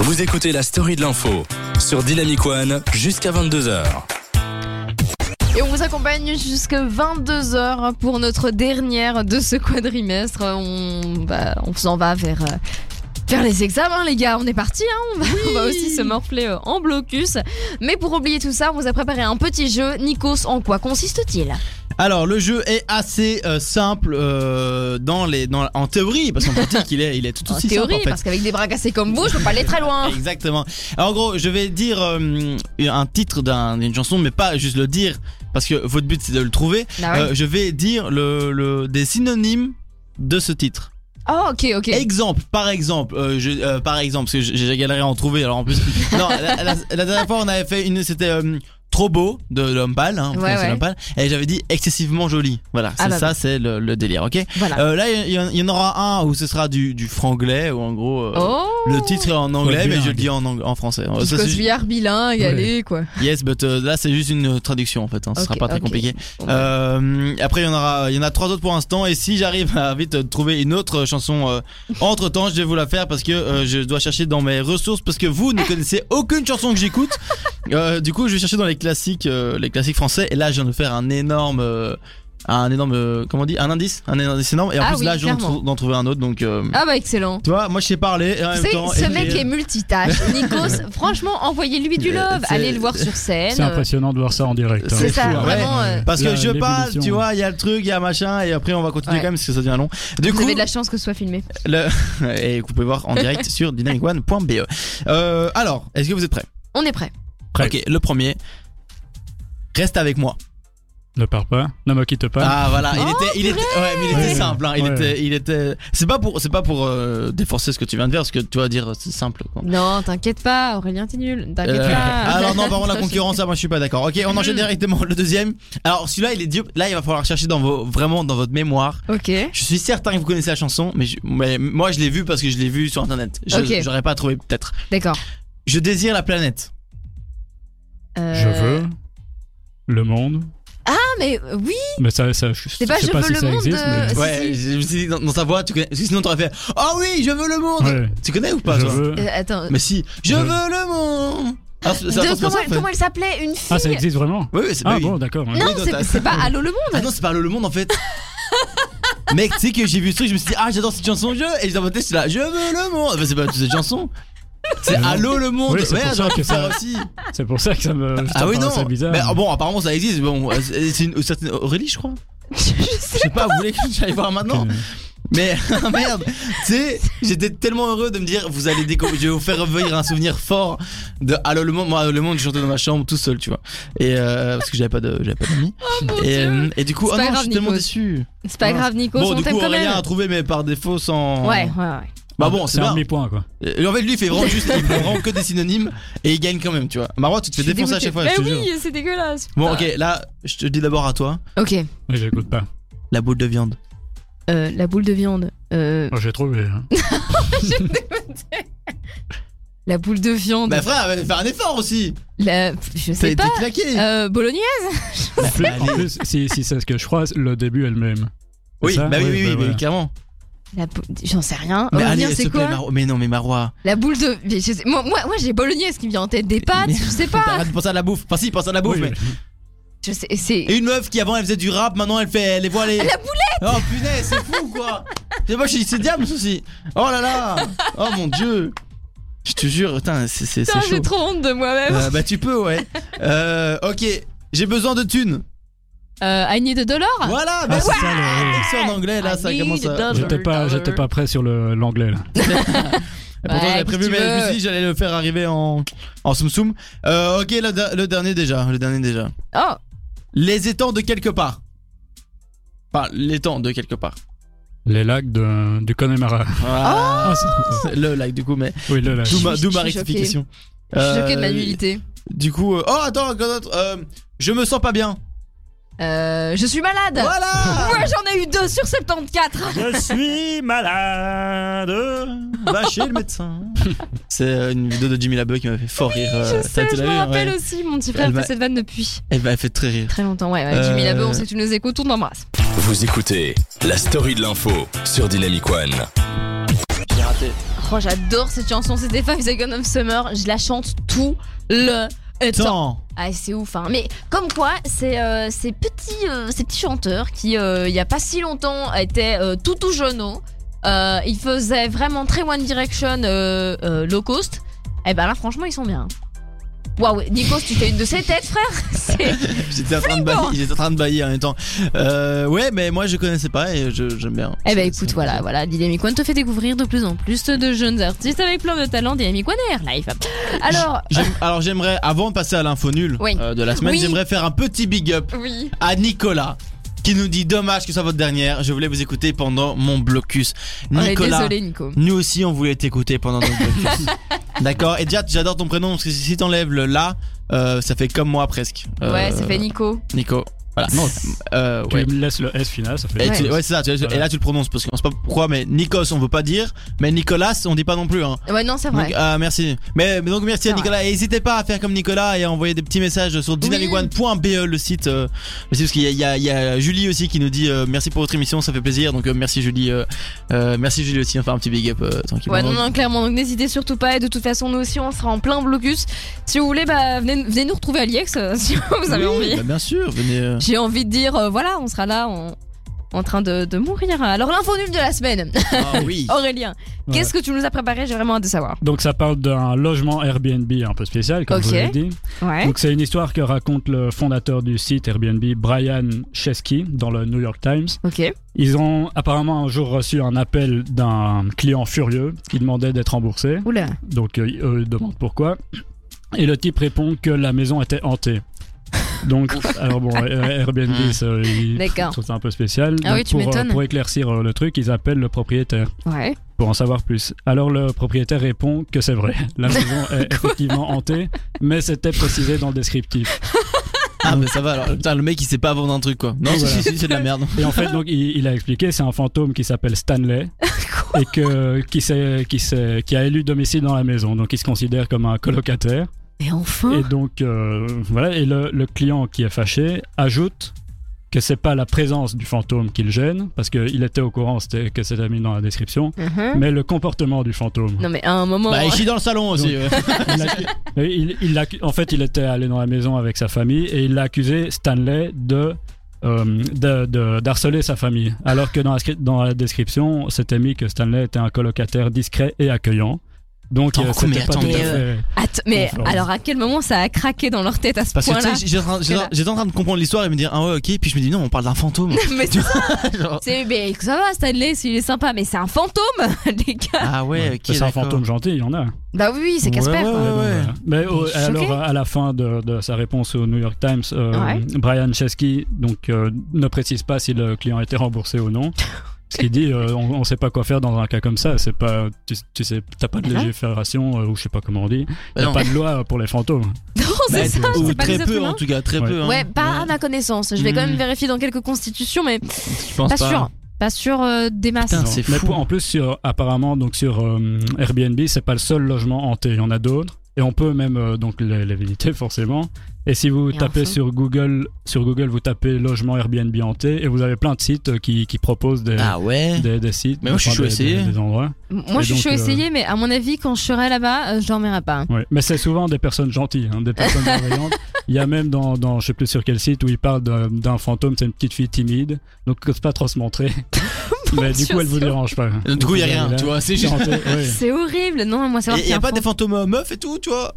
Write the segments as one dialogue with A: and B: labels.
A: Vous écoutez la story de l'info sur Dynamic One jusqu'à 22h.
B: Et on vous accompagne jusqu'à 22h pour notre dernière de ce quadrimestre. On, va- on s'en va vers, euh, vers les examens, les gars. On est parti, hein. on, va, on va aussi se morfler euh, en blocus. Mais pour oublier tout ça, on vous a préparé un petit jeu. Nikos, en quoi consiste-t-il
C: Alors le jeu est assez euh, simple euh, dans les dans, en théorie parce qu'en pratique il est il est tout
B: En
C: aussi
B: théorie,
C: simple en
B: parce
C: fait.
B: qu'avec des bras cassés comme vous, je peux pas aller très loin.
C: Exactement. Alors, en gros, je vais dire euh, un titre d'un- d'une chanson, mais pas juste le dire, parce que votre but c'est de le trouver.
B: Ah ouais.
C: Euh, je vais dire le, le- des synonymes de ce titre.
B: Oh, ok, ok.
C: Exemple, par exemple, euh, je, euh, par exemple, parce que j'ai j'ai galéré à en trouver. Alors en plus, non, la, la- la dernière fois on avait fait une, c'était euh, trop beau de l'homme pâle, hein, vous
B: Ouais,
C: connaissez
B: ouais.
C: l'homme pâle, et j'avais dit excessivement joli. Voilà, c'est
B: Ah bah
C: ça, c'est le, le délire, ok.
B: Voilà.
C: Euh, là, il y, en- il y en aura un où ce sera du, du franglais ou en gros. euh,
B: oh
C: Le titre est en anglais,
D: Ouais,
C: mais je le
D: bilingue.
C: dis en, ang- en français. Euh, ça, c'est ju-
B: Cosbillard bilingue,
D: Ouais.
B: allez, quoi.
C: yes, but euh, là c'est juste une traduction en fait. Hein, ce sera
B: Ok,
C: pas très
B: ok.
C: compliqué.
B: Bon, bah,
C: Euh, après, il y en aura, il y en a trois autres pour l'instant. Et si j'arrive à vite euh, trouver une autre chanson euh, entre temps, je vais vous la faire parce que euh, je dois chercher dans mes ressources parce que vous ne connaissez aucune chanson que j'écoute. Euh, du coup, je vais chercher dans les classiques, euh, les classiques français. Et là, je viens de faire un énorme. euh, un énorme, euh, comment on dit, un indice, un indice énorme, et en
B: Ah
C: plus
B: oui,
C: là, je viens d'en
B: clairement.
C: trou- d'en trouver un autre, donc euh,
B: Ah bah excellent.
C: tu vois, moi je sais parler. Et en
B: Tu
C: même
B: sais,
C: temps,
B: ce mec
C: écrire.
B: est multitâche. Nikos, franchement, envoyez-lui du
C: Euh,
B: love.
C: c'est-
B: Allez le voir sur scène.
D: C'est impressionnant de voir ça en direct.
B: C'est ça,
C: fou, hein.
B: vraiment. euh,
C: Parce que
D: La-
C: je parle,
D: l'ébullition.
C: tu vois, il y a le truc, il y a machin, et après on va continuer
B: Ouais.
C: quand même parce que ça devient long. Du
B: vous
C: coup,
B: avez de la chance que ce soit filmé.
C: Le... Et vous pouvez voir en direct sur dynamicone.be. Euh, alors, est-ce que vous êtes prêts
B: On est prêt.
D: Prêt.
C: Ok, le premier. Reste avec moi.
D: Ne pars pas, ne me quitte pas.
C: Ah voilà, il
B: Oh,
C: était, il était, ouais, mais il était
D: Ouais.
C: simple. hein, Il
D: Ouais.
C: était, il était. C'est pas pour, c'est pas pour euh, déforcer ce que tu viens de faire, parce que tu vas dire c'est simple. Quoi.
B: Non, t'inquiète pas, Aurélien, t'es nul. T'inquiète
C: Euh,
B: pas. Mm.
C: ah non non par contre la concurrence ah, moi je suis pas d'accord ok on enchaîne directement le deuxième alors celui-là il est dur là il va falloir chercher dans vos vraiment dans votre mémoire
B: Ok.
C: Je suis certain que vous connaissez la chanson, mais, je- mais moi je l'ai vue parce que je l'ai vue sur internet. Je-
B: Ok.
C: J'aurais pas trouvé peut-être.
B: D'accord.
C: Je désire la planète.
B: Euh,
D: Je veux le monde.
B: Ah, mais oui,
D: Mais ça, ça je
B: pas
D: sais
B: je
D: pas
B: veux
D: si
B: le
D: ça
B: monde,
D: existe.
B: euh,
D: mais-
B: Si,
C: Ouais,
B: si.
C: je me suis dit dans, dans ta voix, tu connais. parce que Sinon t'aurais fait Oh oui, je veux le monde
D: Ouais.
C: Tu connais ou pas
D: je
C: toi
D: veux.
B: euh, attends.
C: Mais si, je
D: Je-
C: veux le monde Ah, c'est-
B: De-
C: ça ressemble à
B: comment,
C: ça, en
B: elle,
C: fait.
B: comment elle s'appelait Une
D: Ah, ça
B: fille
D: existe vraiment
C: Oui, oui, c'est
D: Ah
C: bah oui.
D: bon, d'accord. ouais.
B: Non,
C: Oui, non,
B: c'est-
C: t'as-
B: c'est pas Allô le
C: Ah
B: monde
C: non, c'est par le monde en fait. Mec, tu sais que j'ai vu ce truc, je me suis dit, ah, j'adore cette chanson, je. Et dans ma tête, je suis là, je veux le monde. Enfin, c'est pas toute cette chanson. C'est
D: Non.
C: Allô le monde.
D: Oui, c'est pour
C: Ouais,
D: ça
C: j'aurais
D: que
C: pu
D: ça-
C: faire aussi.
D: C'est pour ça que ça me. ça
C: Ah oui,
D: me paraissait
C: non.
D: bizarre.
C: Mais ah, bon, apparemment, ça existe. Bon, euh, c'est une certaine Aurélie, je crois.
B: Je sais.
C: Je sais pas, vous voulez que j'aille voir maintenant
D: Ok.
C: Mais ah, merde, tu sais, j'étais tellement heureux de me dire, vous allez découvrir, je vais vous faire revenir un souvenir fort de Allô le monde. Moi, Allô le monde, je chantais dans ma chambre tout seul, tu vois. Et euh, parce que j'avais pas de, j'avais pas d'amis. et, euh, et du coup,
B: C'est pas
C: oh non, je
B: grave,
C: suis tellement
B: Nico.
C: déçu.
B: C'est pas grave, Nikos,
C: bon,
B: on
C: du coup,
B: t'aime quand
C: Aurélien hein.
B: même.
C: a trouvé, mais par défaut, sans.
B: Ouais, ouais, ouais.
C: Bah bon, c'est
D: un
C: bien.
D: demi-point, quoi.
C: Et En fait, lui, il fait vraiment juste, il prend vraiment que des synonymes et il gagne quand même, tu vois. Marois, tu te fais
B: Je suis
C: défoncer à
B: dégoûtée.
C: chaque fois, je te
B: Mais
C: jure.
B: oui, c'est dégueulasse.
C: Bon, ok, là, je te dis d'abord à toi,
B: Ok.
D: Mais j'écoute pas.
C: la boule de viande.
B: Euh, La boule de viande. Euh,
D: Oh, J'ai trouvé. hein.
B: La boule de viande.
C: Bah frère, fais un effort aussi
B: La- Je
C: T'as
B: sais
C: été
B: pas.
C: claqué
B: Euh, bolognaise Bah,
D: En plus, en
C: Allez.
D: plus, si, si c'est ce que je crois, le début est le même. C'est
C: Oui,
D: ça
C: bah oui, oui, oui,
D: bah voilà.
C: mais clairement.
B: La bou- J'en sais rien.
C: Mais
B: Bolognaise, Oh,
C: allez, s'il
B: c'est
C: te plaît,
B: quoi
C: Maro- mais non, mais Marois,
B: La boule de. mais je sais- Moi, moi, moi, j'ai bolognaise qui me vient en tête. Des pâtes,
C: Mais-
B: je sais pas.
C: arrête de penser à la bouffe. Enfin si, pense à la bouffe,
D: Oui,
C: mais...
B: Je sais, c'est.
C: Et une meuf qui avant elle faisait du rap, maintenant elle fait les voiles.
B: La
C: boulette Oh punaise, c'est fou quoi Je sais pas, je suis c'est diable ce souci Oh là là Oh mon dieu Je te jure, putain, c'est- c'est c'est
B: Putain,
C: chaud.
B: j'ai trop honte de moi-même. Euh,
C: Euh, bah tu peux, ouais. Euh, ok, j'ai besoin de thunes.
B: Euh, Agnès de Dolores
C: Voilà,
D: Ah,
C: merci.
D: c'est ça, le-
C: C'est en anglais là,
B: I
C: ça
B: need
C: commence
B: a
C: à...
B: dollar.
D: J'étais pas, j'étais pas prêt sur le- l'anglais, là.
C: Et Pourtant,
B: Ouais,
C: j'avais
B: qu'est-ce
C: prévu,
B: que tu
C: mais je me
B: veux
C: suis dit, j'allais le faire arriver en, en soum soum. Euh, ok, le, de- le dernier déjà, le dernier déjà.
B: Oh
C: Les étangs de quelque part. Enfin, l'étang de quelque part.
D: Les lacs de, du Connemara.
C: Voilà.
D: Ah, c'est-
C: C'est le like du coup, mais
D: oui, le lac.
C: d'où ma,
B: suis-
C: d'où
B: je
C: ma
B: suis choquée.
C: rectification.
B: Je suis choquée de ma
C: Euh,
B: nullité.
C: Du coup, euh, oh attends, encore d'autres. Euh, je me sens pas bien.
B: Euh, je suis malade
C: Voilà.
B: Ouais, j'en ai eu deux sur 74
C: Je suis malade. Va chez le médecin. C'est euh, une vidéo de Jimmy LaBeouf qui m'a fait fort rire. euh,
B: Je
C: t'as-
B: sais,
C: tu
B: je
C: l'as
B: me
C: vu, hein,
B: rappelle
C: ouais.
B: aussi. Mon petit
C: Elle
B: frère
C: m'a-
B: fait cette vanne depuis
C: Elle m'a fait très rire.
B: très longtemps. Ouais, ouais. Jimmy
C: Euh,
B: Labeu, on sait que tu nous écoutes, on t'embrasse.
A: Vous écoutez la story de l'info sur Dynamic One.
C: J'ai raté.
B: Oh, Oh, j'adore cette chanson, c'était Five Seconds of Summer. Je la chante tout le temps.
C: Attends.
B: Ah, c'est ouf, hein. Mais comme quoi, c'est euh, ces, petits, euh, ces petits chanteurs qui, euh, il y a pas si longtemps, étaient euh, tout tout jeuneaux. Euh, ils faisaient vraiment très One Direction euh, euh, low cost. Et ben là, franchement, ils sont bien. Waouh, Nikos, tu fais une de ces têtes, frère C'est-
C: J'étais en train de bailler, j'étais en train de bailler en même temps. Euh, ouais, mais moi je connaissais pas et je- j'aime bien.
B: Eh ben écoute, voilà, voilà, Dynamic One te fait découvrir de plus en plus de jeunes artistes avec plein de talents Dynamic One Air Live. Alors,
C: J'aime- Alors j'aimerais, avant de passer à l'info nulle
B: Oui.
C: euh, de la semaine,
B: Oui.
C: j'aimerais faire un petit big up
B: oui.
C: à Nicolas qui nous dit dommage que ce soit votre dernière. Je voulais vous écouter pendant mon blocus.
B: On est
C: Nicolas,
B: désolé, Nico.
C: nous aussi on voulait t'écouter pendant notre blocus. D'accord. Et déjà, j'adore ton prénom parce que si t'enlèves le là, euh, ça fait comme moi presque. Euh,
B: Ouais, ça fait Nico.
C: Nico. Voilà.
D: Non,
C: Euh,
D: tu
C: ouais.
D: me laisses le S final, ça fait.
C: Et tu-
B: Ouais.
C: ouais, c'est ça. tu- Et là, tu le prononces parce qu'on sait pas pourquoi, mais Nikos, on veut pas dire, mais Nicolas, on dit pas non plus. Hein.
B: Ouais, non, c'est vrai.
C: Donc, euh, merci. Mais mais donc merci à
B: C'est
C: Nicolas. Et n'hésitez pas à faire comme Nicolas et à envoyer des petits messages sur dynamicone.be le site. euh, le site parce qu'il y a, il y a- il y a Julie aussi qui nous dit euh, merci pour votre émission, ça fait plaisir. Donc euh, merci Julie, euh, euh, merci Julie aussi. Enfin un petit big up euh, tranquillement.
B: Ouais, non, non, clairement. Donc n'hésitez surtout pas. Et de toute façon, nous aussi, on sera en plein blocus. Si vous voulez, bah, venez, venez nous retrouver à l'IEX euh, si vous avez
C: Oui,
B: envie.
C: bah, bien sûr, venez. euh,
B: J'ai envie de dire, euh, voilà, on sera là en, en train de, de mourir. Alors, l'info nulle de la semaine.
C: Ah oui.
B: Aurélien,
D: Ouais.
B: qu'est-ce que tu nous as préparé J'ai vraiment hâte de savoir.
D: Donc ça parle d'un logement Airbnb un peu spécial, comme je
B: Ok.
D: vous l'ai dit.
B: Ouais.
D: Donc c'est une histoire que raconte le fondateur du site Airbnb, Brian Chesky, dans le New York Times.
B: Ok.
D: Ils ont apparemment un jour reçu un appel d'un client furieux qui demandait d'être remboursé.
B: Oula.
D: Donc euh, eux demandent pourquoi. Et le type répond que la maison était hantée. Donc, alors bon, euh, Airbnb,
C: Mm.
D: ça, ils
B: Hmm. D'accord.
D: sont un peu spécial.
B: Ah
D: Donc,
B: oui, tu
D: pour, euh,
B: m'étonnes.
D: pour éclaircir euh, le truc, ils appellent le propriétaire
B: Ouais.
D: pour en savoir plus. Alors le propriétaire répond que c'est vrai, la maison est effectivement hantée, mais c'était précisé dans le descriptif.
C: Ah mais ça va alors. Putain le mec il sait pas vendre un truc quoi. Non
D: Oui,
C: si,
D: voilà.
C: si, si, c'est de la merde.
D: Et en fait, donc, il, il a expliqué, c'est un fantôme qui s'appelle Stanley et que, qui, s'est- qui, s'est- qui a élu domicile dans la maison, donc il se considère comme un colocataire.
B: Et enfin.
D: Et donc, euh, voilà, et le, le client qui est fâché ajoute que c'est pas la présence du fantôme qui le gêne, parce qu'il était au courant c'était- que c'était mis dans la description,
B: Mhm.
D: mais le comportement du fantôme.
B: Non, mais à un moment.
C: Bah il chie dans le salon aussi. ouais.
D: Il a- il- il l'a- en fait, il était allé dans la maison avec sa famille et il a accusé Stanley de euh, de- de- d'harceler sa famille. Alors que dans la, scri- dans la description, c'était mis que Stanley était un colocataire discret et accueillant. Donc,
C: Attends,
D: euh,
C: Oh, mais
D: c'était pas
C: attends,
D: tout à
B: mais,
D: fait-
B: Attends, mais
D: Conférence.
B: alors à quel moment ça a craqué dans leur tête à ce
C: Parce que tu
B: point-là
C: sais j'étais en train- j'étais en- j'étais en train de comprendre l'histoire et me dire ah ouais ok puis je me dis non on parle d'un fantôme.
B: Mais c'est ça. C'est- mais ça va Stanley, s'il est sympa, mais c'est un fantôme, les gars.
C: Ah ouais, ok.
D: c'est un
C: d'accord.
D: fantôme gentil, il y en a.
B: Bah oui, oui, c'est
C: Ouais,
B: Casper.
D: Ah
B: quoi.
C: ouais, ouais.
D: Mais oh,
B: Choqué.
D: alors, euh, à la fin de, de sa réponse au New York Times, euh,
B: Ouais.
D: Brian Chesky donc, euh, ne précise pas si le client a été remboursé ou non. Ce qui dit, euh, on ne sait pas quoi faire dans un cas comme ça. C'est pas, tu, tu sais, t'as pas de
B: Ah.
D: légifération euh, ou je sais pas comment on dit.
C: Bah
D: y a
C: non.
D: pas de loi pour les fantômes.
B: Non, c'est
C: Bah,
B: ça,
C: ou
B: c'est pas
C: très
B: des
C: peu
B: êtres
C: en
B: humains.
C: tout cas, très
D: Ouais.
C: peu. hein.
B: Ouais, pas à
C: Ouais,
B: ma connaissance. Je vais quand
C: Hmm.
B: même vérifier dans quelques constitutions, mais
C: je pense hein.
B: pas, sûr. Pas sûr euh, des masses.
C: Putain, Ah, c'est
D: Mais
C: fou.
D: pour- en plus, sur, apparemment, donc sur euh, Airbnb, c'est pas le seul logement hanté. Il y en a d'autres. Et on peut même euh, donc les, les visiter forcément. Et si vous
B: Et
D: tapez
B: enfin.
D: sur Google, sur Google, vous tapez logement Airbnb hanté et vous avez plein de sites euh, qui, qui proposent des,
C: Ah ouais.
D: des, des sites.
C: Mais moi, je suis
D: enfin,
C: chaud à
D: des-
C: essayer.
D: Des, des endroits.
B: M- Moi,
D: Et
B: je suis chaud
D: donc, euh,
B: essayer, mais à mon avis, quand je serai là-bas, euh, je dormirai pas.
D: Ouais. Mais c'est souvent des personnes gentilles, hein, des personnes bienveillantes. Il y a même dans, dans, je sais plus sur quel site, où ils parlent d'un- d'un fantôme, c'est une petite fille timide, donc n'ose pas trop se montrer. Mais du
B: Dieu,
D: coup, elle vous
B: c'est
D: dérange pas.
C: Du coup, il y a rien, tu vois, c'est juste
B: C'est horrible. Non, moi, savoir
C: Et
B: qu'il
C: y a
B: un
C: pas des
B: fantôme.
C: fantômes meufs et tout, tu vois.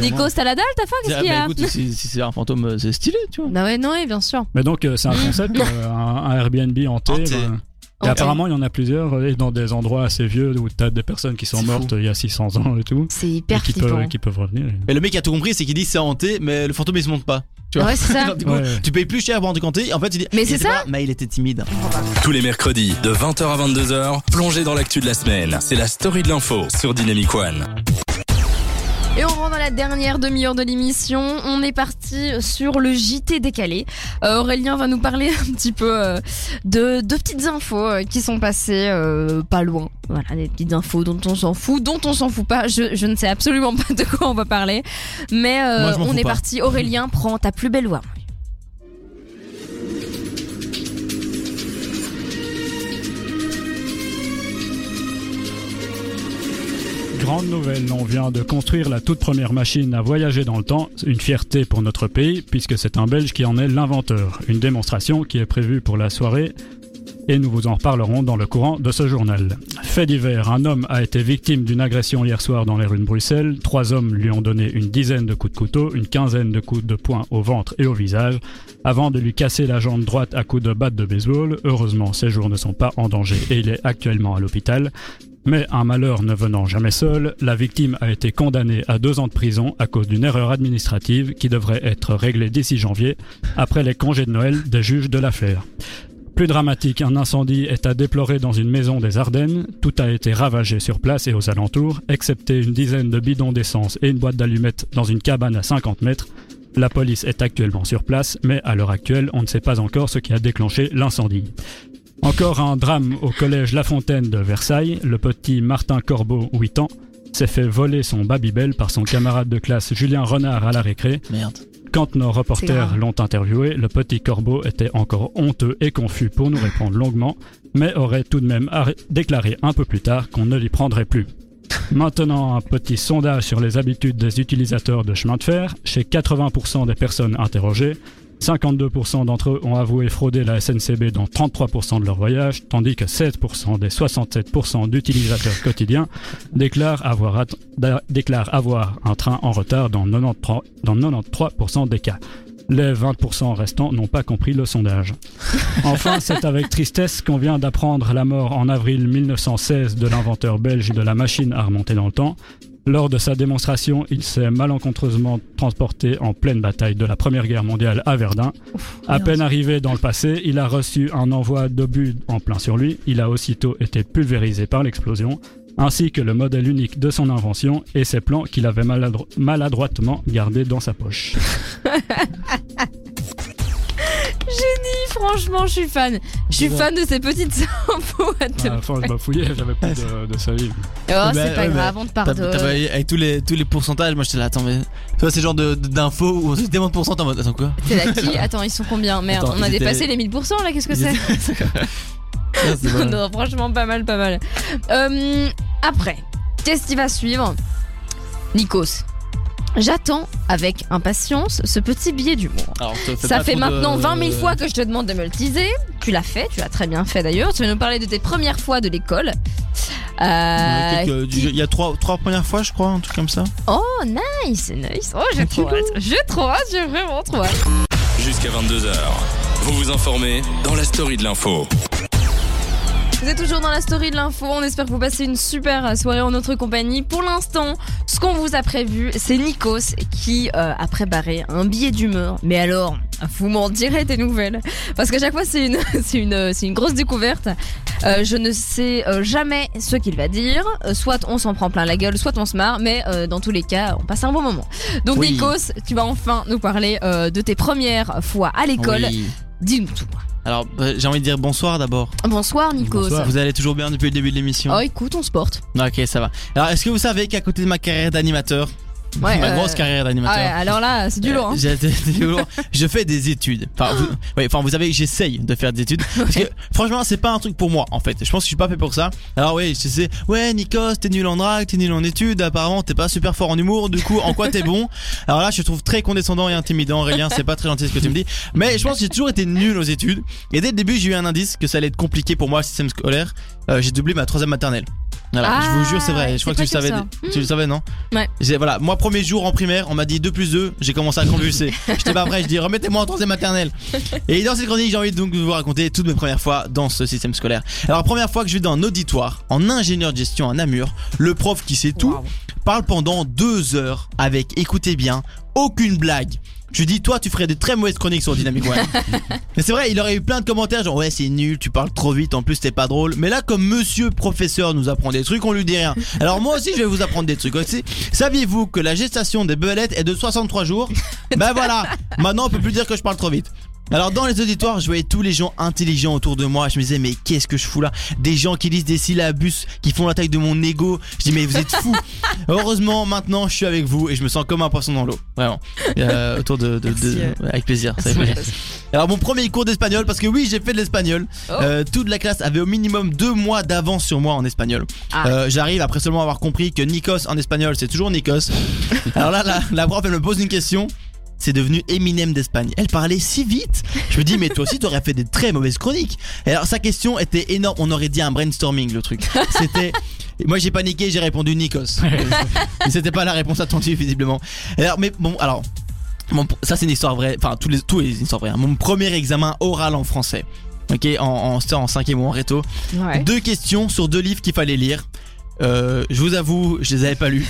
B: Nico, t'as la dalle, ta faim Qu'est-ce
C: Ah,
B: qu'il y
C: bah,
B: a
C: écoute, si, si c'est un fantôme, euh, c'est stylé, tu vois.
B: Bah ouais, non, ouais, bien sûr.
D: Mais donc, euh, c'est un concept, euh, un, un Airbnb hanté.
C: Hanté.
D: ben, et
B: Hanté.
D: apparemment, il y en a plusieurs, euh, et dans des endroits assez vieux où t'as des personnes qui sont
C: C'est fou.
D: mortes euh, il y a 600 ans et tout.
B: C'est
D: Et
B: hyper
D: qui
B: flippant.
C: euh,
D: peuvent, qui peuvent revenir.
C: Mais le mec a tout compris, c'est qu'il dit c'est hanté, mais le fantôme il se monte pas. tu vois.
B: Ouais, c'est ça.
C: Alors, du coup,
D: Ouais.
C: Tu payes plus cher pour en décanter. En fait, il dit.
B: Ah. Mais
C: il
B: c'est
C: était
B: ça.
C: pas là, Mais il était timide.
A: Tous les mercredis de 20h à 22h, plongez dans l'actu de la semaine. C'est la story de l'info sur Dynamic One.
B: Et on rentre dans la dernière demi-heure de l'émission. On est parti sur le JT décalé. Euh, Aurélien va nous parler un petit peu euh, de deux petites infos euh, qui sont passées euh, pas loin. Voilà, des petites infos dont on s'en fout, dont on s'en fout pas. Je, je ne sais absolument pas de quoi on va parler. Mais euh,
C: Moi, je m'en
B: on
C: fous
B: est
C: pas.
B: parti. Aurélien, prends ta plus belle voix.
D: grande nouvelle, on vient de construire la toute première machine à voyager dans le temps, une fierté pour notre pays puisque c'est un Belge qui en est l'inventeur. Une démonstration qui est prévue pour la soirée et nous vous en reparlerons dans le courant de ce journal. Fait divers, un homme a été victime d'une agression hier soir dans les rues de Bruxelles. Trois hommes lui ont donné une dizaine de coups de couteau, une quinzaine de coups de poing au ventre et au visage, avant de lui casser la jambe droite à coups de batte de baseball. Heureusement, ses jours ne sont pas en danger et il est actuellement à l'hôpital. Mais un malheur ne venant jamais seul, la victime a été condamnée à deux ans de prison à cause d'une erreur administrative qui devrait être réglée d'ici janvier, après les congés de Noël des juges de l'affaire. Plus dramatique, un incendie est à déplorer dans une maison des Ardennes. Tout a été ravagé sur place et aux alentours, excepté une dizaine de bidons d'essence et une boîte d'allumettes dans une cabane à 50 mètres. La police est actuellement sur place, mais à l'heure actuelle, on ne sait pas encore ce qui a déclenché l'incendie. Encore un drame au collège La Fontaine de Versailles. Le petit Martin Corbeau, 8 ans, s'est fait voler son Babybel par son camarade de classe Julien Renard à la récré.
C: Merde.
D: Quand nos reporters
B: grave.
D: l'ont interviewé, le petit corbeau était encore honteux et confus pour nous répondre longuement, mais aurait tout de même arr- déclaré un peu plus tard qu'on ne l'y prendrait plus. Maintenant, un petit sondage sur les habitudes des utilisateurs de chemin de fer. Chez 80% des personnes interrogées, 52% d'entre eux ont avoué frauder la SNCB dans 33% de leur voyage, tandis que 7% des 67% d'utilisateurs quotidiens déclarent avoir, atte- d'a- déclarent avoir un train en retard dans 93%, dans 93% des cas. Les 20% restants n'ont pas compris le sondage. Enfin, c'est avec tristesse qu'on vient d'apprendre la mort en avril 1916 de l'inventeur belge de la machine à remonter dans le temps. Lors de sa démonstration, il s'est malencontreusement transporté en pleine bataille de la Première Guerre mondiale à Verdun. À peine arrivé dans le passé, il a reçu un envoi d'obus en plein sur lui. Il a aussitôt été pulvérisé par l'explosion, ainsi que le modèle unique de son invention et ses plans qu'il avait maladro- maladroitement gardés dans sa poche.
B: Génie, franchement, je suis fan. Je suis
C: Ouais.
B: fan de ces petites infos
C: Ah,
B: à te.
D: À la fin, je bafouillais, j'avais plus de, de salive.
B: Oh,
C: Ouais,
B: c'est pas
C: ouais,
B: grave, on te
C: bah, eh ben, T'as- t'as pas-
B: pardonne.
C: avec tous les, tous les pourcentages, moi j'étais là, attends, mais. Tu vois, c'est le genre de- de- d'infos où on se demande pourcent en mode, attends quoi
B: C'est la qui Attends, ils sont combien Merde,
C: Attends,
B: on a
C: ils étaient-
B: dépassé les 1000% là, qu'est-ce que
C: Ils
B: c'est
C: Ah, c'est bon.
B: Non, franchement, pas mal, pas mal. Euh, après, qu'est-ce qui va suivre Nikos. J'attends avec impatience ce petit billet d'humour.
C: Alors, te fais
B: Ça
C: pas
B: fait
C: trop de-
B: maintenant 20 000 fois que je te demande de me le teaser. Tu l'as fait, tu l'as très bien fait d'ailleurs. Tu vas nous parler de tes premières fois de l'école. Euh,
C: Il y a quelques- Il y a trois, trois premières fois, je crois, un truc comme ça.
B: Oh, nice, nice. Oh, j'ai trop hâte. J'ai trop hâte, j'ai vraiment trop hâte.
A: Jusqu'à 22h. Vous vous informez dans la story de l'info.
B: Vous êtes toujours dans la story de l'info. On espère que vous passez une super euh, soirée en notre compagnie. Pour l'instant, ce qu'on vous a prévu, c'est Nikos qui euh, a préparé un billet d'humeur. Mais alors, vous m'en direz des nouvelles. Parce qu'à chaque fois, c'est une, c'est une, euh, c'est une grosse découverte. Euh, je ne sais euh, jamais ce qu'il va dire. Euh, soit on s'en prend plein la gueule, soit on se marre. Mais euh, dans tous les cas, on passe un bon moment. Donc,
C: Oui.
B: Nikos, tu vas enfin nous parler euh, de tes premières fois à l'école.
C: Ah Oui.
B: Dis-nous tout.
C: Alors, euh, j'ai envie de dire bonsoir d'abord.
B: Bonsoir, Nikos.
D: Bonsoir.
C: Vous allez toujours bien depuis le début de l'émission
B: Oh, écoute, on se porte.
C: Ok, ça va. Alors, est-ce que vous savez qu'à côté de ma carrière d'animateur,
B: Ouais,
C: ma
B: euh,
C: grosse carrière
B: Ah ouais,
C: d'animateur,
B: alors là, c'est du lourd. hein.
C: J'ai été- du lourd. Je fais des études. Enfin, vous, ouais, enfin, vous savez, j'essaye de faire des études. Parce que, franchement, c'est pas un truc pour moi, en fait. Je pense que je suis pas fait pour ça. Alors, oui, je sais, ouais, Nikos, t'es nul en drague, t'es nul en études. Apparemment, t'es pas super fort en humour. Du coup, en quoi t'es bon? Alors là, je te trouve très condescendant et intimidant, Aurélien. C'est pas très gentil ce que tu me dis. Mais je pense que j'ai toujours été nul aux études. Et dès le début, j'ai eu un indice que ça allait être compliqué pour moi, le système scolaire. Euh, j'ai doublé ma troisième maternelle. Voilà,
B: Ah,
C: je vous jure, c'est vrai. Je crois que
B: c'est
C: tu le savais.
B: pas Hmm.
C: Tu le savais, non?
B: Ouais.
C: J'ai- Voilà, moi, premier jour en primaire, on m'a dit 2 plus 2, j'ai commencé à convulser. J'étais pas prêt, je dis remettez-moi en troisième maternelle. Et dans cette chronique, j'ai envie donc de vous raconter toutes mes premières fois dans ce système scolaire. Alors, première fois que je vais dans un auditoire, en ingénieur de gestion à Namur, le prof qui sait tout
B: Waouh.
C: parle pendant 2 heures avec, écoutez bien, aucune blague. Je lui dis, toi, tu ferais des très mauvaises chroniques sur Dynamic One. Mais c'est vrai, il aurait eu plein de commentaires genre ouais c'est nul, tu parles trop vite, en plus t'es pas drôle. Mais là comme monsieur professeur nous apprend des trucs, on lui dit rien. Alors moi aussi je vais vous apprendre des trucs aussi. Saviez-vous que la gestation des belettes est de 63 jours Ben voilà, maintenant on peut plus dire que je parle trop vite. Alors dans les auditoires, je voyais tous les gens intelligents autour de moi. Je me disais mais qu'est-ce que je fous là Des gens qui lisent des syllabus, qui font la taille de mon ego. Je dis mais vous êtes fous. Heureusement maintenant je suis avec vous et je me sens comme un poisson dans l'eau. Vraiment. Euh, autour de, de-
B: Merci,
C: de-
B: euh.
C: avec plaisir. ça fait plaisir. Alors mon premier cours d'espagnol parce que oui j'ai fait de l'espagnol.
B: Oh.
C: Euh, toute la classe avait au minimum deux mois d'avance sur moi en espagnol.
B: Ah.
C: Euh, J'arrive après seulement avoir compris que Nikos en espagnol c'est toujours Nikos. Alors là la, la prof elle me pose une question. C'est devenu Eminem d'Espagne. Elle parlait si vite. Je me dis mais toi aussi t'aurais fait des très mauvaises chroniques. Et alors sa question était énorme. On aurait dit un brainstorming le truc. C'était moi j'ai paniqué j'ai répondu Nikos. Mais c'était pas la réponse attendue visiblement. Et Alors mais bon alors mon- ça c'est une histoire vraie, enfin tous les, tous les histoires vraies. hein. Mon premier examen oral en français, ok, en, en, c'était en cinquième ou en réto.
B: Ouais.
C: Deux questions sur deux livres qu'il fallait lire. Euh, je vous avoue, je les avais pas lus.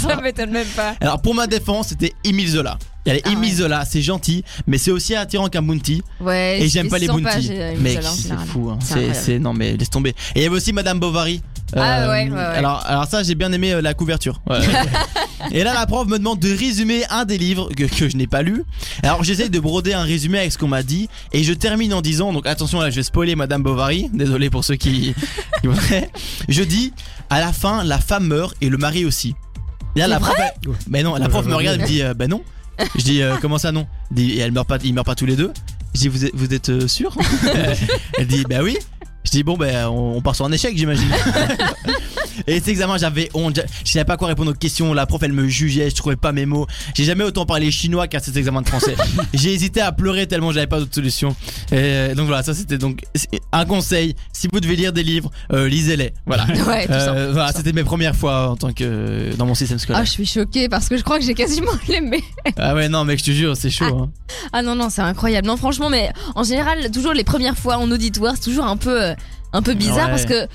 B: Ça m'étonne même pas.
C: Alors pour ma défense, c'était Émile Zola. Il y avait
B: Ah
C: Émile
B: ouais.
C: Zola, c'est gentil, mais c'est aussi attirant qu'un bounty.
B: Ouais,
C: Et, j'aime
B: ils
C: pas les
B: sont
C: bounty.
B: j'ai- ils
C: Mais
B: sont là en
C: c'est
B: général.
C: fou, hein.
B: C'est
C: c'est,
B: incroyable.
C: c'est- non mais laisse tomber. Et il y avait aussi Madame Bovary. Euh,
B: Ah ouais, ouais, ouais.
C: Alors, alors ça j'ai bien aimé euh, la couverture. Ouais. et là la prof me demande de résumer un des livres que, que je n'ai pas lu. Alors j'essaye de broder un résumé avec ce qu'on m'a dit et je termine en disant donc attention là je vais spoiler Madame Bovary. Désolé pour ceux qui. qui voudraient. je dis à la fin la femme meurt et le mari aussi. Et là,
B: C'est
C: la prof, elle- mais non, la prof me
D: j'avais
C: regarde et me dit euh, bah non. Je dis euh, comment ça non Elle dit, Et elle meurt pas, ils meurent pas tous les deux. Je dis vous êtes, vous êtes euh, sûr Elle dit bah oui. Je dis bon bah on, on part sur un échec j'imagine. Et cet examen j'avais honte, j'a- je savais pas quoi répondre aux questions, la prof elle me jugeait, je trouvais pas mes mots. J'ai jamais autant parlé chinois qu'à cet examen de français. J'ai hésité à pleurer tellement j'avais pas d'autre solution. Et euh, donc voilà, ça c'était donc c'est un conseil, si vous devez lire des livres, euh, lisez-les. Voilà.
B: Ouais, tout ça.
C: Euh, voilà, c'était mes premières fois en tant que dans mon système
B: Ah,
C: scolaire.
B: je suis choquée parce que je crois que j'ai quasiment aimé.
C: Ah ouais non mec je te jure c'est chaud. hein.
B: Ah non non, c'est incroyable. Non franchement, mais en général, toujours les premières fois en auditoire, c'est toujours un peu euh, un peu bizarre
C: Ouais.
B: parce que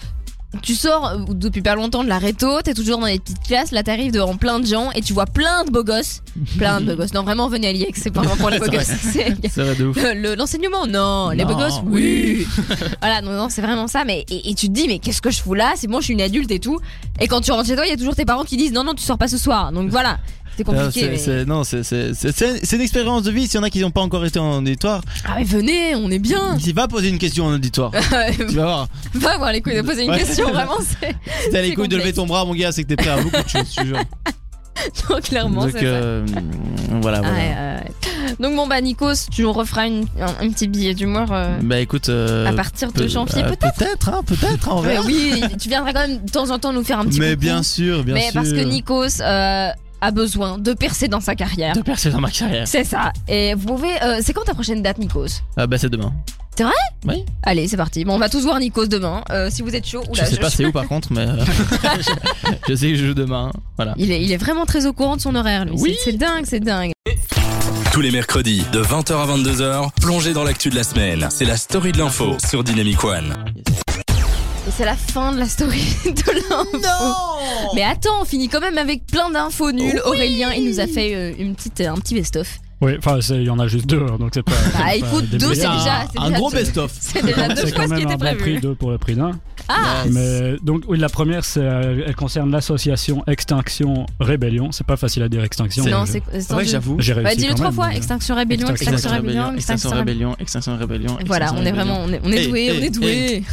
B: tu sors euh, depuis pas longtemps de la réto, t'es toujours dans les petites classes, là t'arrives devant plein de gens et tu vois plein de beaux gosses, plein de beaux gosses. Non vraiment, venez à l'IEX, c'est pas vraiment pour les beaux
C: C'est
B: gosses. C'est-
C: Ça va de ouf.
B: Le- le- L'enseignement, non. Les beaux
C: Non.
B: gosses, oui. voilà, non, non, c'est vraiment ça. Mais et, et tu te dis, mais qu'est-ce que je fous là C'est bon, je suis une adulte et tout. Et quand tu rentres chez toi, il y a toujours tes parents qui disent, non, non, tu sors pas ce soir. Donc voilà, c'est
C: Non,
B: compliqué.
C: c'est-
B: mais-
C: c'est- Non, c'est- c'est c'est- c'est- c'est une expérience de vie. S'il y en a qui n'ont pas encore été en auditoire,
B: Ah mais venez, on est bien.
C: il va poser une question en auditoire. tu vas voir.
B: Va voir les couilles de poser une
C: Ouais.
B: question, vraiment, c'est
C: Si t'as les
B: C'est
C: couilles de lever
B: complexe.
C: ton bras, mon gars, c'est que t'es prêt à beaucoup de choses, je te jure.
B: non, clairement.
C: Donc
B: c'est ça.
C: euh, voilà,
B: Ah,
C: voilà.
B: ouais, ouais. Donc bon bah Nikos, tu nous referas une, un, un petit billet d'humeur euh,
C: Bah écoute. euh,
B: à partir de
C: peu-
B: janvier
C: euh,
B: peut-être.
C: Peut-être, hein, peut-être, en
B: Mais
C: vrai.
B: oui, tu viendras quand même de temps en temps nous faire un petit.
C: Mais
B: coucou.
C: bien sûr, bien
B: Mais
C: sûr.
B: parce que Nikos euh, a besoin de percer dans sa carrière.
C: De percer dans ma carrière.
B: C'est ça. Et vous pouvez. euh, c'est quand ta prochaine date, Nikos
C: Ah bah c'est demain.
B: Allez, c'est parti. Bon, on va tous voir Nikos demain. Euh, si vous êtes chaud, oula,
C: je sais
B: je-
C: pas c'est où par contre, mais. euh, je- je sais que je joue demain. Voilà.
B: Il est, il est vraiment très au courant de son horaire, lui.
C: Oui.
B: C'est c'est dingue, c'est dingue.
A: Tous les mercredis de 20h à 22h, plongez dans l'actu de la semaine. C'est la story de l'info sur Dynamic One.
B: Et c'est la fin de la story de l'info. Mais attends, on finit quand même avec plein d'infos nulles. Aurélien, il nous a fait euh, une petite, un petit best-of.
D: Oui, enfin, c'est- il y en a juste deux, hein, donc c'est pas. c'est
B: Bah
D: pas
B: écoute,
D: des
B: deux, c'est
D: milliards.
B: déjà.
C: un,
B: c'est
C: un
B: déjà
C: gros
B: deux.
C: best-of.
B: C'est déjà deux
D: C'est
B: choses
D: quand
B: qui
D: même
B: étaient
D: un bon prix,
B: prévues.
D: deux pour le prix d'un.
B: Ah
D: Mais donc, oui, la première, c'est, euh, elle concerne l'association Extinction Rébellion. C'est pas facile à dire Extinction.
B: Non,
D: mais
B: c'est.
C: C'est vrai que j'avoue.
D: j'ai réussi.
B: Bah, dis-le
D: quand
B: trois
D: même,
B: fois.
D: mais-
B: Extinction Rébellion, Extinction Rébellion,
C: Extinction
B: Extinction Rébellion.
C: rébellion, extinction rébellion.
B: Voilà,
C: Extinction
B: on est
C: Rébellion.
B: vraiment, on est, on est
C: Eh,
B: doué, on
C: eh,
B: est doué.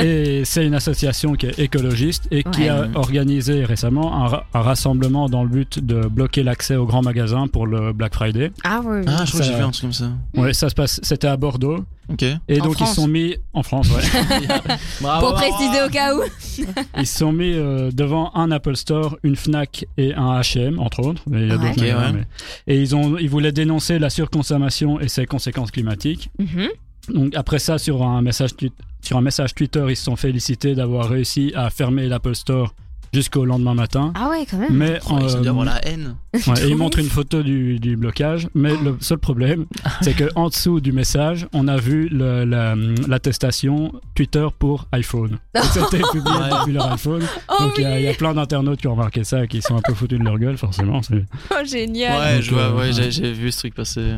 C: eh.
D: Et c'est une association qui est écologiste et qui a
C: Ouais.
D: organisé récemment un, ra- un rassemblement dans le but de bloquer l'accès aux grands magasins pour le Black Friday.
B: Ah ouais.
C: Ah, je crois que j'ai
D: Ça-
C: vu un truc comme ça.
D: Ouais, ça se passe. C'était à Bordeaux.
C: Ok.
D: Et
B: En
D: donc
B: France.
D: ils se sont mis en France. Ouais.
C: Ah
B: Pour préciser au cas où.
D: ils se sont mis euh, devant un Apple Store, une Fnac et un H&M entre autres. Mais il y a
B: Ouais.
D: d'autres
C: Ok,
D: magasins,
C: ouais.
D: mais- Et ils ont, ils voulaient dénoncer la surconsommation et ses conséquences climatiques.
B: Mhm.
D: Donc après ça, sur un message, twi- sur un message Twitter, ils se sont félicités d'avoir réussi à fermer l'Apple Store jusqu'au lendemain matin.
B: Ah ouais, quand même.
D: Mais
C: Oh, ils sont
D: euh,
C: devant la haine.
D: ouais, et ils montrent une photo du, du blocage. Mais le seul problème, c'est que en dessous du message, on a vu le- la- l'attestation Twitter pour iPhone. C'était publié
C: Ouais.
D: depuis leur iPhone.
B: Oh
D: Donc
C: euh,
D: il y a- il y, a plein d'internautes qui ont remarqué ça et qui sont un peu foutus de leur gueule, forcément. C'est-
B: oh, génial.
C: Ouais,
D: Donc,
C: je vois,
D: euh,
C: ouais,
D: ouais.
C: j'ai- j'ai vu ce truc passer.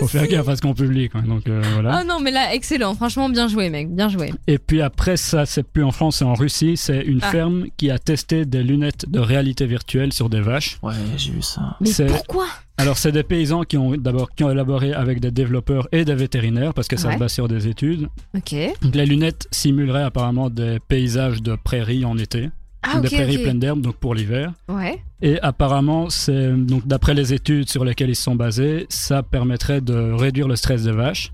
D: Faut faire gaffe à ce qu'on publie. quoi. Donc euh, voilà.
B: Ah non, mais là, excellent. Franchement, bien joué, mec. Bien joué.
D: Et puis après ça, c'est plus en France, c'est en Russie. C'est une
B: Ah.
D: ferme qui a testé tester des lunettes de réalité virtuelle sur des vaches.
E: Ouais, j'ai vu ça.
B: Mais
D: C'est-
B: pourquoi
D: Alors, c'est des paysans qui ont d'abord qui ont élaboré avec des développeurs et des vétérinaires parce que ça
B: Ouais.
D: se base sur des études.
B: Ok.
D: Donc, les lunettes simuleraient apparemment des paysages de prairies en été,
B: Ah,
D: des
B: ok,
D: prairies
B: ok.
D: pleines d'herbes, donc pour l'hiver.
B: Ouais.
D: Et apparemment, c'est donc d'après les études sur lesquelles ils sont basés, ça permettrait de réduire le stress des vaches.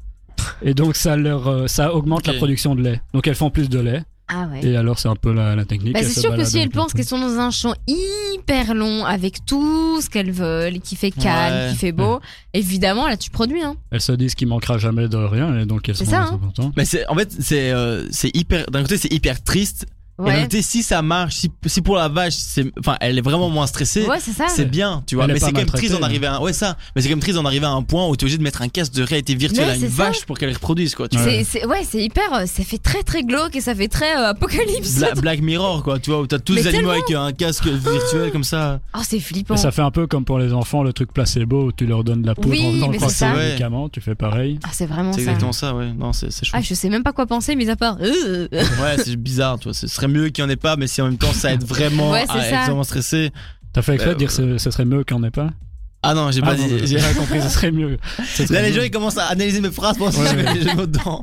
D: Et donc ça leur euh, ça augmente
C: Ok.
D: la production de lait. Donc elles font plus de lait.
B: Ah ouais.
D: Et alors c'est un peu la, la technique.
B: Bah,
D: Elles
B: c'est
D: se
B: sûr que
D: baladent
B: si elles
D: un peu
B: pensent
D: partout.
B: qu'elles sont dans un champ hyper long avec tout ce qu'elles veulent, et qui fait calme,
C: Ouais. Mm.
B: qui fait beau, évidemment là tu produis. Hein.
D: elles se disent qu'il manquera jamais de rien et donc elles
B: C'est
D: sont
B: ça,
D: très
B: hein.
D: contentes.
C: Mais c'est en fait c'est euh, c'est hyper d'un côté c'est hyper triste et d'un
B: Ouais,
C: côté si ça marche si, si pour la vache c'est enfin elle est vraiment moins stressée
B: ouais c'est ça.
C: c'est bien tu vois
D: Elle est
C: mais
D: pas
C: c'est quand même triste d'en
D: maltraitée.
C: arriver à un... ouais ça mais c'est quand même triste d'en arriver à un point où tu es obligé de mettre un casque de réalité virtuelle
B: Mais
C: à une
B: c'est ça.
C: vache pour qu'elle reproduise quoi tu vois.
B: C'est, c'est- ouais, c'est hyper. euh, Ça fait très très glauque et ça fait très euh, apocalypse.
C: Bla- Black Mirror quoi tu vois où t'as tous
B: Mais
C: les animaux avec un casque virtuel comme ça
B: Oh, c'est flippant.
D: Et ça fait un peu comme pour les enfants le truc placebo où tu leur donnes de la poudre
B: Oui,
D: en faisant
B: mais c'est
D: croire que
B: ça.
D: un
C: Ouais.
D: médicament, tu fais pareil.
B: Ah, c'est vraiment
C: c'est
B: ça.
C: exactement ça ouais non c'est c'est chaud
B: Ah, je sais même pas quoi penser, mis à part. euh, euh,
C: ouais c'est bizarre tu vois ce serait mieux qu'il n'y en ait pas mais si en même temps ça aide vraiment
B: Ouais, c'est
C: à
B: ça.
C: être vraiment stressé
D: T'as fait exprès
C: Euh,
D: de dire ce, ce serait mieux qu'on n'ait pas
C: ah non j'ai
D: Ah
C: pas
D: non,
C: dit
D: mais-
C: j'ai rien compris
D: Ce serait mieux. Ce serait
C: Là, les
D: mieux.
C: gens, ils commencent à analyser mes phrases pour
D: Ouais,
C: je mets
D: ouais.
C: les jeux dedans.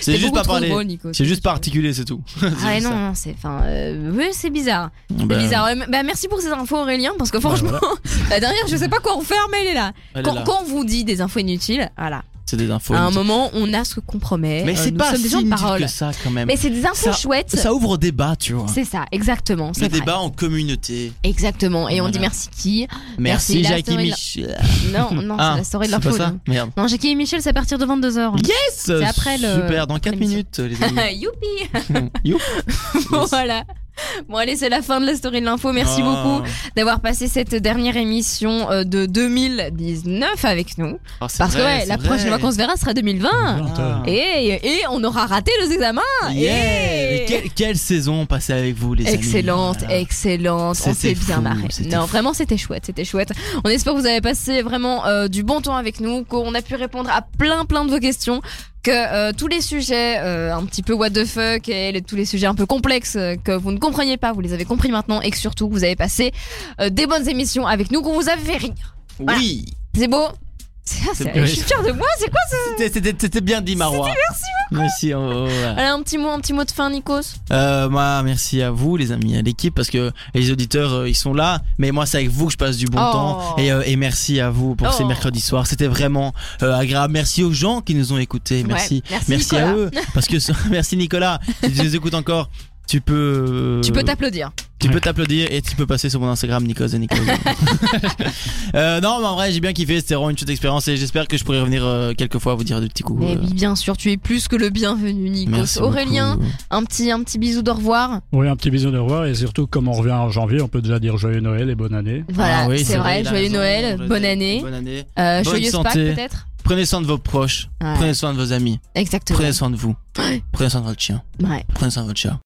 C: C'est
B: t'es
C: juste
B: beaucoup
C: pas
B: trop
C: parler.
B: drôle, Nico.
C: C'est juste pas articuler, c'est tout.
B: Ah, ouais, non, non, c'est. Enfin, euh, oui, c'est bizarre. C'est
C: Ben,
B: bizarre. Ouais, mais- bah, merci pour ces infos, Aurélien, parce que franchement, la dernière, je sais pas quoi en faire, mais elle est là. Quand, quand on vous dit des infos inutiles, voilà.
C: C'est des infos.
B: à un moment, on a ce qu'on promet.
C: Mais
B: Euh,
C: c'est
B: nous
C: pas
B: sommes des gens
C: si
B: de
C: inutile
B: parole.
C: que ça, quand même.
B: Mais c'est des infos
C: Ça-
B: chouettes.
C: Ça ouvre débat, tu vois.
B: C'est ça, exactement.
C: Le
B: C'est vrai.
C: débat en communauté.
B: Exactement. Et on
C: Voilà.
B: dit merci qui Merci,
C: Merci,
B: la
C: Jackie
B: story de
C: Michel.
B: Non, non,
C: Ah,
B: c'est la story de
C: C'est pas
B: l'info.
C: ça
B: nous.
C: Merde.
B: Non, Jackie et Michel, c'est à partir de 22h.
C: Yes C'est
B: après le-
C: Super, dans 4
B: l'émission.
C: minutes, les amis.
B: Youpi
C: Youp.
B: Voilà. Bon allez, c'est la fin de la story de l'info. Merci
C: Ah.
B: beaucoup d'avoir passé cette dernière émission euh, de 2019 avec nous.
C: Ah, c'est
B: Parce que
C: vrai,
B: ouais,
C: c'est
B: la
C: vrai.
B: prochaine fois qu'on se verra sera 2020.
D: Ah.
B: Et, et on aura raté nos examens.
C: Yeah.
B: Hey.
C: Mais quelle- Quelle saison passée avec vous, les amis
B: Excellente,
C: Voilà.
B: excellente. On s'est
C: C'était
B: bien
C: fou,
B: marré.
C: c'était
B: Non,
C: fou.
B: vraiment, c'était chouette, c'était chouette. On espère que vous avez passé vraiment euh, du bon temps avec nous, qu'on a pu répondre à plein, plein de vos questions, que euh, tous les sujets euh, un petit peu what the fuck et les- tous les sujets un peu complexes euh, que vous ne compreniez pas, vous les avez compris maintenant et que surtout vous avez passé euh, des bonnes émissions avec nous, qu'on vous a fait rire.
C: Oui
B: C'est beau. C'est- c'est- Je suis fière de moi. C'est quoi
C: C'était- C'était c'était bien dit, Marois. Merci beaucoup. Merci, oh, voilà.
B: Allez, un petit mot, un petit mot de fin, Nikos.
C: Euh, moi, merci à vous, les amis, à l'équipe, parce que les auditeurs, euh, ils sont là. Mais moi, c'est avec vous que je passe du bon
B: Oh.
C: temps. Et, euh, et merci à vous pour ces
B: Oh.
C: mercredis soirs. C'était vraiment euh, agréable. Merci aux gens qui nous ont écoutés. Merci.
B: Ouais, merci.
C: merci
B: Nicolas.
C: à eux. Parce que merci Nicolas. Si tu nous écoutes encore, tu peux. euh,
B: Tu peux t'applaudir.
C: tu peux t'applaudir et tu peux passer sur mon Instagram Nikos et Nikos. Euh, non, mais en vrai, j'ai bien kiffé. C'était vraiment une chouette expérience et j'espère que je pourrai revenir euh, quelques fois vous dire des petits coups.
B: Mais
C: euh,
B: Eh oui, bien sûr, tu es plus que le bienvenu, Nikos.
C: merci
B: Aurélien,
C: beaucoup.
B: un petit, un petit bisou d'au revoir.
D: Oui, un petit bisou de revoir et surtout comme on revient en janvier, on peut déjà dire joyeux Noël et bonne année.
B: Voilà,
C: Ah oui,
B: c'est vrai.
C: il a
B: Joyeux
C: raison,
B: Noël,
C: joyeux
B: bonne
C: Noël,
B: année.
C: Bonne année.
B: Euh,
C: bonne
B: joyeuse Pâques,
C: santé.
B: peut-être
C: Prenez soin de vos proches.
B: Ouais,
C: Prenez soin de vos amis.
B: Exactement.
C: Prenez soin de vous. Prenez soin de votre chien.
B: Ouais.
C: Prenez soin de votre chat.